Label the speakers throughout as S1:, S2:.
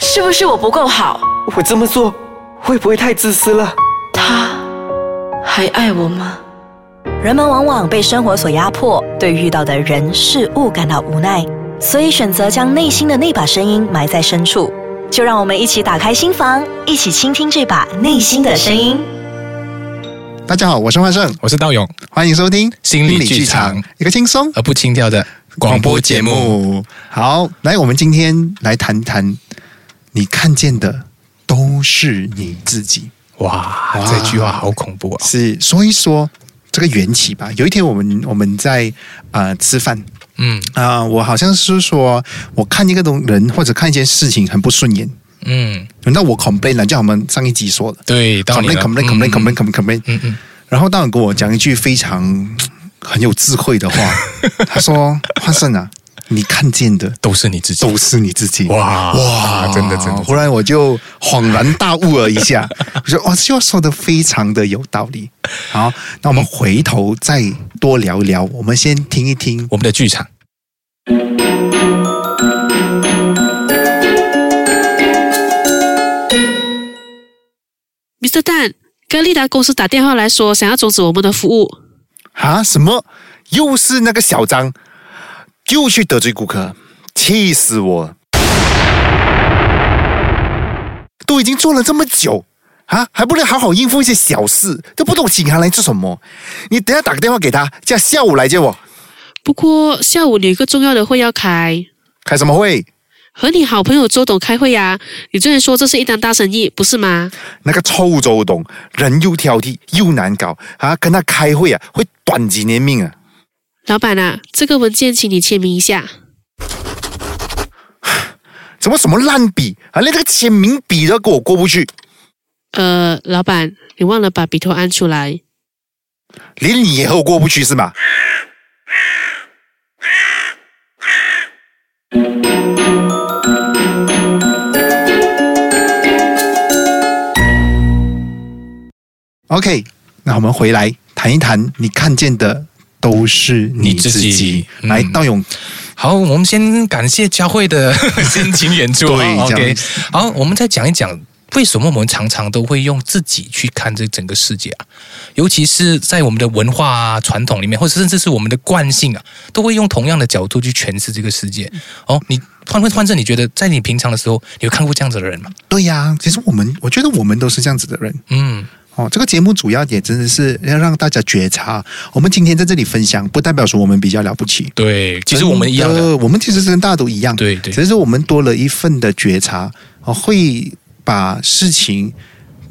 S1: 是不是我不够好？
S2: 我这么做会不会太自私了？
S1: 他还爱我吗？
S3: 人们往往被生活所压迫，对遇到的人事物感到无奈，所以选择将内心的那把声音埋在深处。就让我们一起打开心房，一起倾听这把内心的声音。
S4: 大家好，我是万胜，
S5: 我是道勇，
S4: 欢迎收听
S5: 心理剧场，
S4: 一个轻松
S5: 而不轻佻的广播节目。。
S4: 好，来，我们今天来谈谈你看见的都是你自己，
S5: 哇，
S4: 哇
S5: 这句话好恐怖啊！
S4: 是说一说这个缘起吧。有一天我们我们在啊、呃吃饭
S5: 嗯
S4: 啊、呃我好像是说我看一个东人或者看一件事情很不顺眼，
S5: 嗯，
S4: 轮到我 complain 了，就像我们上一集说的
S5: 对，到你了
S4: complain complain complain complain complain complain，
S5: 嗯嗯
S4: 然后当然跟我讲一句非常嗯很有智慧 的话，他说：“换胜啊，你看见的
S5: 都是你自己。
S4: 都是你自己。”
S5: 哇哇，真的真的，
S4: 忽然我就恍然大悟了一 下，我说：“哇，这话说的非常的有道理。”好，那我们回头再多聊一聊。我们先听一听
S5: 我们的剧场。
S6: Mr. Dan，格利达公司打电话来说想要终止我们的服务。
S4: 啊，什么？又是那个小张，又去得罪顾客，气死我了！都已经做了这么久啊，还不能好好应付一些小事，都不懂请他来做什么？你等下打个电话给他，叫他下午来接我。
S6: 不过下午你有一个重要的会要开，
S4: 开什么会？
S6: 和你好朋友周董开会呀、你之前说这是一单大生意，不是吗？
S4: 那个臭周董，人又挑剔又难搞啊，跟他开会啊，会短几年命啊！
S6: 老板啊，这个文件请你签名一下。
S4: 怎么什么烂笔啊，连这个签名笔都给我过不去，
S6: 呃，老板，你忘了把笔头按出来。
S4: 连你也和我过不去是吗？OK，那我们回来谈一谈，你看见的都是你
S5: 你自
S4: 自己。
S5: 己嗯
S4: 来，道勇，
S5: 好，我们先感谢佳慧的 深情演出。
S4: 对
S5: 好
S4: 这样
S5: ，OK
S4: 子。
S5: 好，我们再讲一讲为什么我们常常都会用自己去看这整个世界啊，尤其是在我们的文化啊、传统里面，或者甚至是我们的惯性啊，都会用同样的角度去诠释这个世界。哦，你换换换成你觉得在你平常的时候，你有看过这样子的人吗？
S4: 对呀、其实我们，我觉得我们都是这样子的人。
S5: 嗯，
S4: 哦，这个节目主要也真的是要让大家觉察。哦我们今天在这里分享，不代表说我们比较了不起，
S5: 对，其实我们一样
S4: 真
S5: 的。
S4: 的，呃我们其实跟大家都一样，
S5: 对对
S4: 只是我们多了一份的觉察，哦，会把事情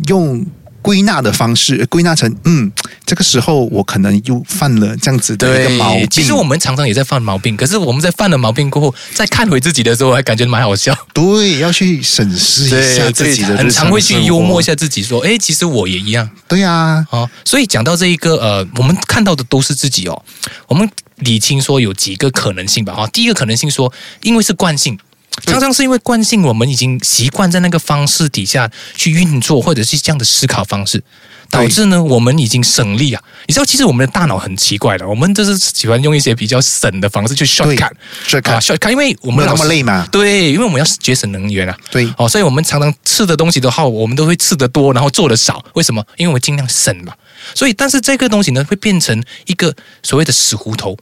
S4: 用归纳的方式呃归纳成，嗯，这个时候我可能又犯了这样子的一个毛病。
S5: 其实我们常常也在犯毛病，可是我们在犯了毛病过后，再看回自己的时候，还感觉蛮好笑。
S4: 对要去审视一下自己的日常生活，
S5: 很常会去幽默一下自己，说：“哎，其实我也一样
S4: 对啊，
S5: 哦。”所以讲到这一个呃，我们看到的都是自己哦。我们理清说有几个可能性吧哈、第一个可能性说，因为是惯性。常常是因为惯性，我们已经习惯在那个方式底下去运作，或者是这样的思考方式，导致呢，我们已经省力啊。你知道，其实我们的大脑很奇怪的，我们就是喜欢用一些比较省的方式去 shortcut
S4: 这个
S5: 啊 shortcut，因为我
S4: 没
S5: 们
S4: 有那
S5: 老
S4: 么
S5: 是
S4: 累嘛。
S5: 对，因为我们要节省能源啊。
S4: 对
S5: 哦，所以我们常常吃的东西的话，我们都会吃的多，然后做的少。为什么？因为我们尽量省嘛。所以，但是这个东西呢，会变成一个所谓的死胡同，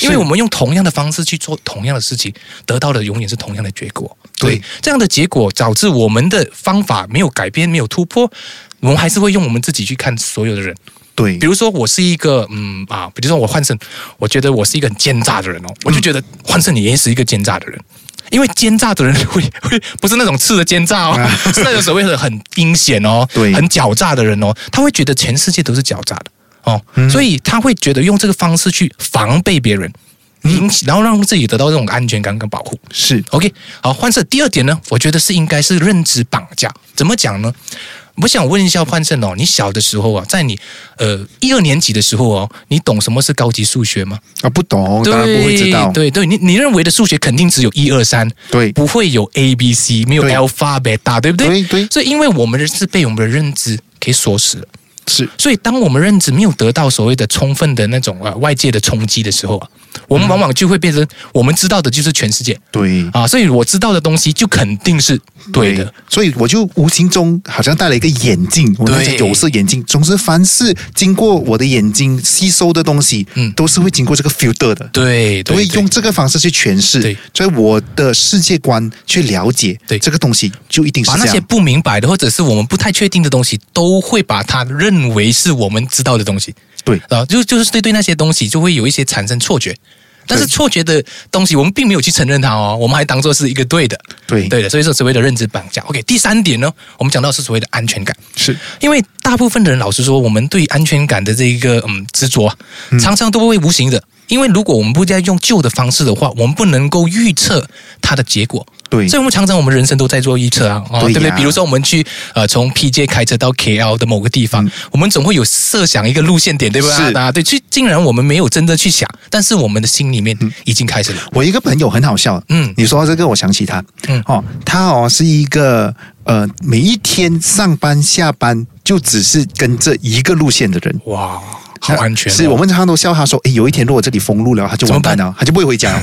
S5: 因为我们用同样的方式去做同样的事情，得到的永远是同样的结果。
S4: 对
S5: 所以，这样的结果导致我们的方法没有改变，没有突破，我们还是会用我们自己去看所有的人。
S4: 对
S5: 比，如说我是一个嗯啊，比如说我换肾，我觉得我是一个很奸诈的人哦，
S4: 嗯
S5: 我就觉得换肾你也是一个奸诈的人。因为奸诈的人 会会不是那种刺的奸诈哦，是 那种所谓的很阴险哦，
S4: 啊对
S5: 很狡诈的人哦，他会觉得全世界都是狡诈的哦，
S4: 嗯
S5: 所以他会觉得用这个方式去防备别人，
S4: 嗯
S5: 引起然后让自己得到这种安全感跟保护。
S4: 是
S5: OK，好，换胜。第二点呢，我觉得是应该是认知绑架。怎么讲呢？我想问一下换胜哦，你小的时候啊，在你呃一二年级的时候哦，你懂什么是高级数学吗？
S4: 啊，不懂，当然不会知道。
S5: 对对，你你认为的数学肯定只有一二三，
S4: 对
S5: 不会有 A B C，没有
S4: 对
S5: alpha beta，对不对？
S4: 对对
S5: 所以因为我们是被我们的认知给锁死了。
S4: 是
S5: 所以，当我们认知没有得到所谓的充分的那种呃外界的冲击的时候啊，我
S4: 嗯
S5: 们往往就会变成我们知道的就是全世界
S4: 对。
S5: 啊，所以我知道的东西就肯定是对的。，
S4: 所以我就无形中好像戴了一个眼镜，我那
S5: 对
S4: 种有色眼镜。总之，凡是经过我的眼睛吸收的东西，
S5: 嗯
S4: 都是会经过这个 filter 的，
S5: 对，
S4: 都
S5: 对
S4: 会
S5: 对
S4: 用这个方式去诠释
S5: 对，
S4: 所以我的世界观去了解
S5: 对
S4: 这个东西，就一定是
S5: 把那
S4: 这
S5: 些
S4: 样。
S5: 不明白的或者是我们不太确定的东西，都会把它认为是我们知道的东西。
S4: 对
S5: 啊、就就是对对那些东西就会有一些产生错觉。但是
S4: 对
S5: 错觉的东西，我们并没有去承认它哦，我们还当做是一个对的，
S4: 对
S5: 对的，所以说所谓的认知绑架。OK，第三点呢，我们讲到是所谓的安全感，
S4: 是
S5: 因为大部分的人老实说，我们对安全感的这一个嗯执着啊，常常都会无形的，因为如果我们不再用旧的方式的话，我们不能够预测它的结果，
S4: 对
S5: 所以我们常常我们人生都在做预测啊，哦，
S4: 对呀
S5: 对不对？比如说我们去呃从 PJ 开车到 KL 的某个地方，我们总会有设想一个路线点，对不对？
S4: 嗯是
S5: 啊，对，去竟然我们没有真的去想，但是我们的心里面
S4: 嗯
S5: 已经开始了。
S4: 我一个朋友很好笑，
S5: 嗯
S4: 你说到这个，我想起他，
S5: 嗯
S4: 哦，他哦是一个呃，每一天上班下班就只是跟这一个路线的人。
S5: 哇，好安全、哦！
S4: 是我们常常都笑他说，诶，有一天如果这里封路了，他就完蛋
S5: 怎
S4: 了，他就不会回 家了。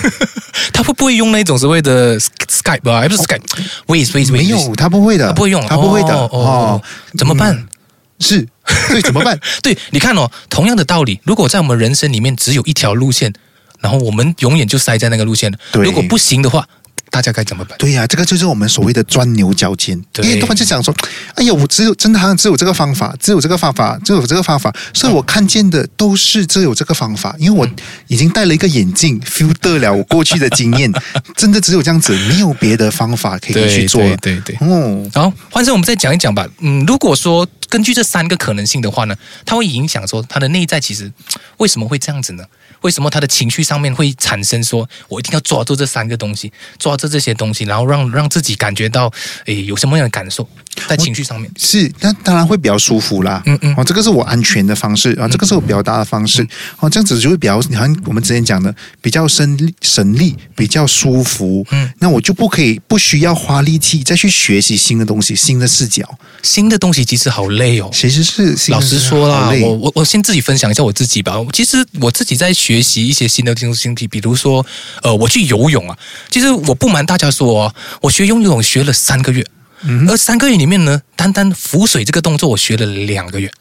S5: 他会不会用那种所谓的 Skype 啊？哎不是 Skype，Wait，Wait，Wait，
S4: 哦没有，他不会的，
S5: 他不会用，
S4: 他不会的
S5: 哦哦
S4: 哦
S5: 哦。怎么办？
S4: 是，所以怎么办？
S5: 对，你看哦，同样的道理，如果在我们人生里面只有一条路线，然后我们永远就塞在那个路线了，
S4: 对
S5: 如果不行的话，大家该怎么办？
S4: 对呀、这个就是我们所谓的钻牛角尖。
S5: 对
S4: 因为他们就想说，哎呀，我只有真的好像只有这个方法，只有这个方法，只有这个方法，所以我看见的都是只有这个方法，因为我已经戴了一个眼镜，filter 了我过去的经 验，真的只有这样子，没有别的方法可以去做。
S5: 对对对。
S4: 哦，
S5: 好，换成我们再讲一讲吧。嗯，如果说根据这三个可能性的话呢，它会影响说他的内在其实为什么会这样子呢？为什么他的情绪上面会产生说，我一定要抓住这三个东西，抓住这些东西，然后让让自己感觉到，诶，有什么样的感受在情绪上面？
S4: 是，那当然会比较舒服啦。
S5: 嗯嗯
S4: 哦，这个是我安全的方式啊，这个是我表达的方式。
S5: 嗯
S4: 哦，这样子就会比较，好像我们之前讲的，比较省力、省力，比较舒服。
S5: 嗯，
S4: 那我就不可以不需要花力气再去学习新的东西、新的视角。
S5: 新的东西其实好累哦。
S4: 其实是新
S5: 老
S4: 的
S5: 实
S4: 视角
S5: 说啦
S4: 好，累
S5: 我我我先自己分享一下我自己吧。其实我自己在学习一些新的东西，比如说，呃，我去游泳啊。其实我不瞒大家说、哦，我学游泳学了三个月，
S4: 嗯
S5: 而三个月里面呢，单单浮水这个动作我学了两个月。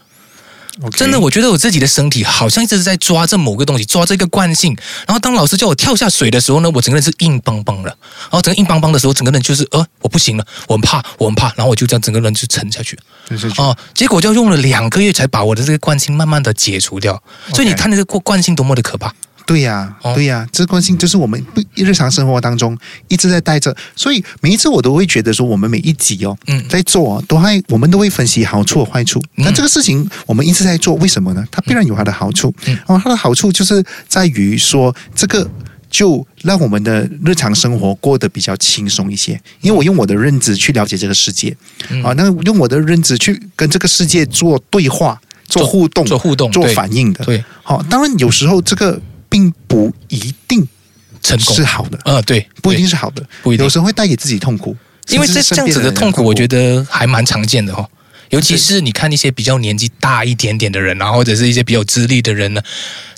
S4: OK
S5: 真的，我觉得我自己的身体好像一直在抓着某个东西，抓着一个惯性。然后当老师叫我跳下水的时候呢，我整个人是硬邦邦的。然后整个硬邦邦的时候，整个人就是呃，我不行了，我很怕，我很怕。然后我就这样整个人就沉下去。
S4: 就是觉得
S5: 哦，结果就用了两个月才把我的这个惯性慢慢的解除掉。所以你看这个惯惯性多么的可怕。
S4: 对呀、
S5: 哦
S4: 对呀、这关心就是我们不日常生活当中一直在带着，所以每一次我都会觉得说，我们每一集哦，
S5: 嗯
S4: 在做、哦、都还我们都会分析好处坏处。
S5: 嗯
S4: 那这个事情我们一直在做，为什么呢？它必然有它的好处，
S5: 嗯
S4: 哦，它的好处就是在于说这个。就让我们的日常生活过得比较轻松一些，因为我用我的认知去了解这个世界，
S5: 嗯
S4: 啊，那用我的认知去跟这个世界做对话、做
S5: 做
S4: 互动、
S5: 做互动
S4: 做
S5: 对
S4: 反应的。
S5: 对，
S4: 好、当然有时候这个并不一定
S5: 成功
S4: 是好的，
S5: 呃，对，
S4: 不一定
S5: 对，
S4: 是好的，
S5: 不一定
S4: 有时候会带给自己痛苦，
S5: 因为
S4: 甚至
S5: 这
S4: 是
S5: 这
S4: 身
S5: 样
S4: 边
S5: 子的
S4: 人
S5: 痛苦，我觉
S4: 得
S5: 得还蛮常见的哦。尤其是你看一些比较年纪大一点点的人啊，或者是一些比较有资历的人呢，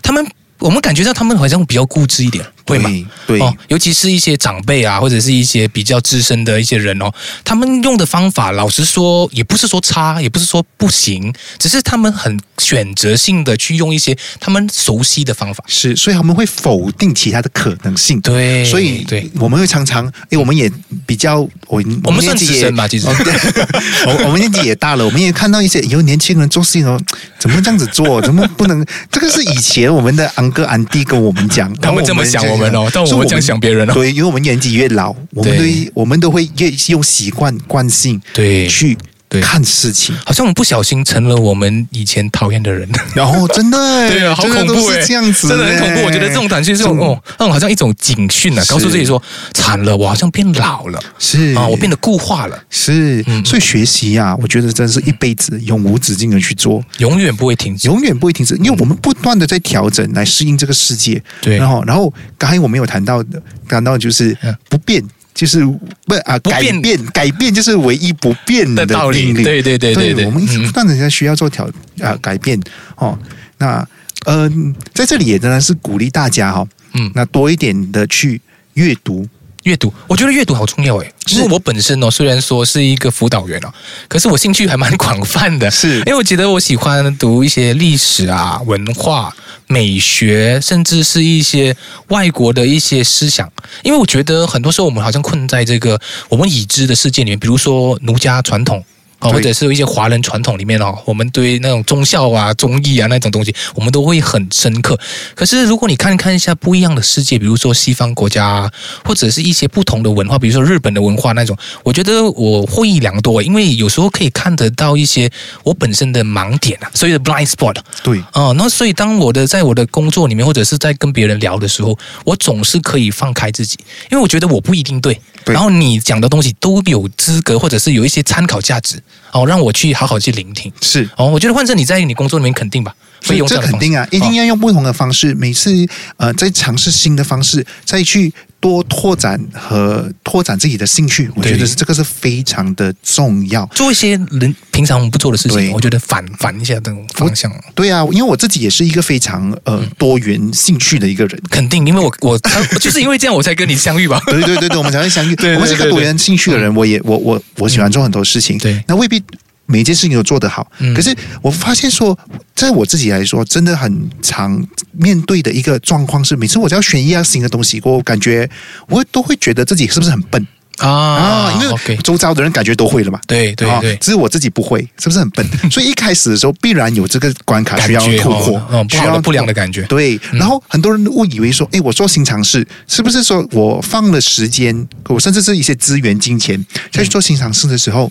S5: 他们我们感觉到他们好像比较固执一点，会吗？
S4: 对对、
S5: 哦，尤其是一些长辈啊，或者是一些比较资深的一些人哦，他们用的方法，老实说，也不是说差，也不是说不行，只是他们很选择性的去用一些他们熟悉的方法。
S4: 是，所以他们会否定其他的可能性。
S5: 对
S4: 所以
S5: 对，
S4: 我们会常常，诶，我们也比较，我
S5: 我们
S4: 年
S5: 算
S4: 纪
S5: 资
S4: 也
S5: 深吧，其实
S4: 哦，对 我我们年纪也大了，我们也看到一些有年轻人做事情哦，怎么这样子做， 怎么不能？这个是以前我们的昂哥昂弟跟我们讲，
S5: 他们这么想我们哦但我们
S4: 所以
S5: 这样想别人哦
S4: 对，因为我们年纪越老，我们
S5: 对
S4: 对我们都会越用习惯惯性
S5: 对
S4: 去
S5: 对
S4: 看事情。
S5: 好像我们不小心成了我们以前讨厌的 人。
S4: 然后真的欸，
S5: 对啊，好
S4: 真的
S5: 恐
S4: 都
S5: 怖
S4: 是
S5: 哎、
S4: 这样子欸，
S5: 真的很恐怖。我觉得这种短讯是
S4: 这种
S5: 哦，那种好像一种警讯啊，
S4: 是
S5: 告诉自己说，惨了，我好像变老了
S4: 是
S5: 啊，我变得固化了，
S4: 是，
S5: 嗯
S4: 所以学习啊，我觉得真是一辈子永无止境的去做，
S5: 永远不会停止。
S4: 永远不会停止，因为我们不断的在调整来适应这个世界。
S5: 嗯对
S4: 然后，然后刚才我们有谈到的，谈到就是
S5: 嗯
S4: 不变，就是不啊，
S5: 不
S4: 改
S5: 变
S4: 变，改变就是唯一不变
S5: 的道理
S4: 定律。
S5: 对对对对对
S4: 我们一直
S5: 嗯
S4: 不断的在需要做调嗯啊改变哦。那嗯、呃在这里也真的是鼓励大家哈、哦，
S5: 嗯
S4: 那多一点的去阅读，
S5: 阅读，我觉得阅读好重要诶，因为我本身哦，虽然说是一个辅导员哦，可是我兴趣还蛮广泛的，
S4: 是
S5: 因为我觉得我喜欢读一些历史啊、文化、美学，甚至是一些外国的一些思想，因为我觉得很多时候我们好像困在这个我们已知的世界里面，比如说儒家传统。哦，
S4: 对
S5: 或者是一些华人传统里面哦，我们对那种忠孝啊、忠义啊那种东西，我们都会很深刻。可是如果你看看一下不一样的世界，比如说西方国家、啊，或者是一些不同的文化，比如说日本的文化那种，我觉得我获益良多，因为有时候可以看得到一些我本身的盲点啊，所谓的 blind spot 啊
S4: 对，
S5: 哦，那所以当我的在我的工作里面，或者是在跟别人聊的时候，我总是可以放开自己，因为我觉得我不一定对，
S4: 对
S5: 然后你讲的东西都有资格，或者是有一些参考价值，哦，让我去好好去聆听。
S4: 是。
S5: 哦，我觉得换成你在你工作里面肯定吧，会用这
S4: 这
S5: 样的
S4: 肯
S5: 方式哦
S4: 定啊，一定要用不同的方式，每次呃在尝试新的方式，再去多拓展和拓展自己的兴趣，我觉
S5: 对
S4: 得是这个是非常的重要。
S5: 做一些人平常我们不做的事情，
S4: 对
S5: 我觉得反反一下这种方向。
S4: 对啊，因为我自己也是一个非常呃
S5: 嗯
S4: 多元兴趣的一个人。
S5: 肯定，因为我我 就是因为这样我才跟你相遇吧。
S4: 对对对对，我们才会相遇。
S5: 对对嗯
S4: 我们是一个多元兴趣的人，我也我我我喜欢做很多事情，
S5: 对
S4: 那未必每一件事情都做得好。
S5: 嗯
S4: 可是我发现说，在我自己来说，真的很常面对的一个状况是，每次我只要选一样新的东西过后，我感觉我都会觉得自己是不是很笨
S5: 啊
S4: 啊？因为
S5: OK，
S4: 周遭的人感觉都会了嘛。
S5: 对对
S4: 啊
S5: 对，
S4: 只是我自己不会，是不是很 笨？所以一开始的时候必然有这个关卡
S5: 感
S4: 需要
S5: 觉
S4: 突
S5: 哦
S4: 破，
S5: 嗯不
S4: 需
S5: 好的
S4: 要
S5: 不良的
S4: 突破
S5: 感觉嗯
S4: 对，然后很多人误以为说，哎，我做新尝试，是不是说我放了时间，我甚至是一些资源、金钱再去做新尝试的时候，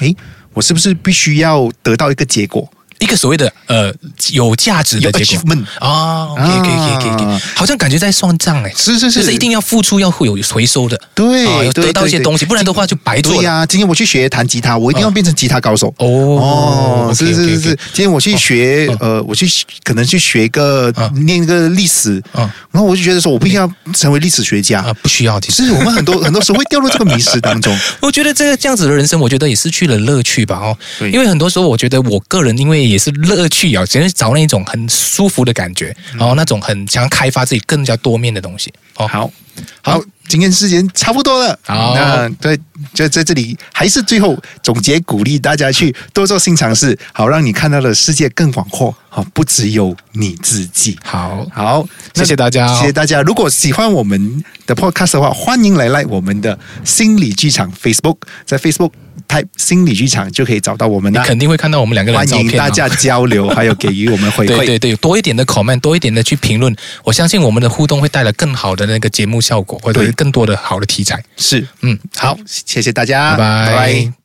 S4: 哎，我是不是必须要得到一个结果？
S5: 一个所谓的呃有价值的
S4: 有
S5: 结果
S4: achievement
S5: 啊，OK OK OK OK，
S4: 啊
S5: 好像感觉在算账哎，
S4: 是是，
S5: 就是是一定要付出要会有回收的，
S4: 对
S5: 啊，有
S4: 对
S5: 得到一些
S4: 对对
S5: 东西，不然的话就白做
S4: 对
S5: 了。嗯
S4: 呀、今天我去学弹吉他，我一定要变成吉他高手。
S5: 哦
S4: 是是是是，
S5: OK，OK，OK
S4: 今天我去学、
S5: 哦
S4: 呃，我去可能去学一个、
S5: 啊
S4: 念一个历史，
S5: 啊
S4: 然后我就觉得说我不一定要成为历史学家。
S5: 啊，不需要其实。
S4: 是我们很 多很多时候会掉入这个迷失当中，
S5: 我觉得这个这样子的人生，我觉得也失去了乐趣吧，哦，
S4: 对
S5: 因为很多时候我觉得我个人因为也是乐趣啊，只能找那一种很舒服的感觉，
S4: 嗯
S5: 然后那种很想要开发自己更加多面的东西，哦，
S4: 好，
S5: 好
S4: 好，今天时间差不多了。
S5: 好
S4: 那在就在这里，还是最后总结，鼓励大家去多做新尝试，好让你看到的世界更广阔，好，不只有你自己。
S5: 好，
S4: 好，那
S5: 谢谢大家哦
S4: 谢谢大家。如果喜欢我们的 podcast 的话，欢迎来来我们的心理剧场 Facebook，在 Facebook type 心理剧场就可以找到我们
S5: 你
S4: 啦。
S5: 肯定会看到我们两个人
S4: 欢
S5: 的照
S4: 迎
S5: 片、啊，
S4: 大家交流，还有给予我们回
S5: 对对
S4: 馈。
S5: 对，多一点的 comment，多一点的去评论，我相信我们的互动会带来更好的那个节目效果，或者是
S4: 对
S5: 更多的好的题材。
S4: 是，
S5: 嗯，好，
S4: 谢谢大家，
S5: 拜拜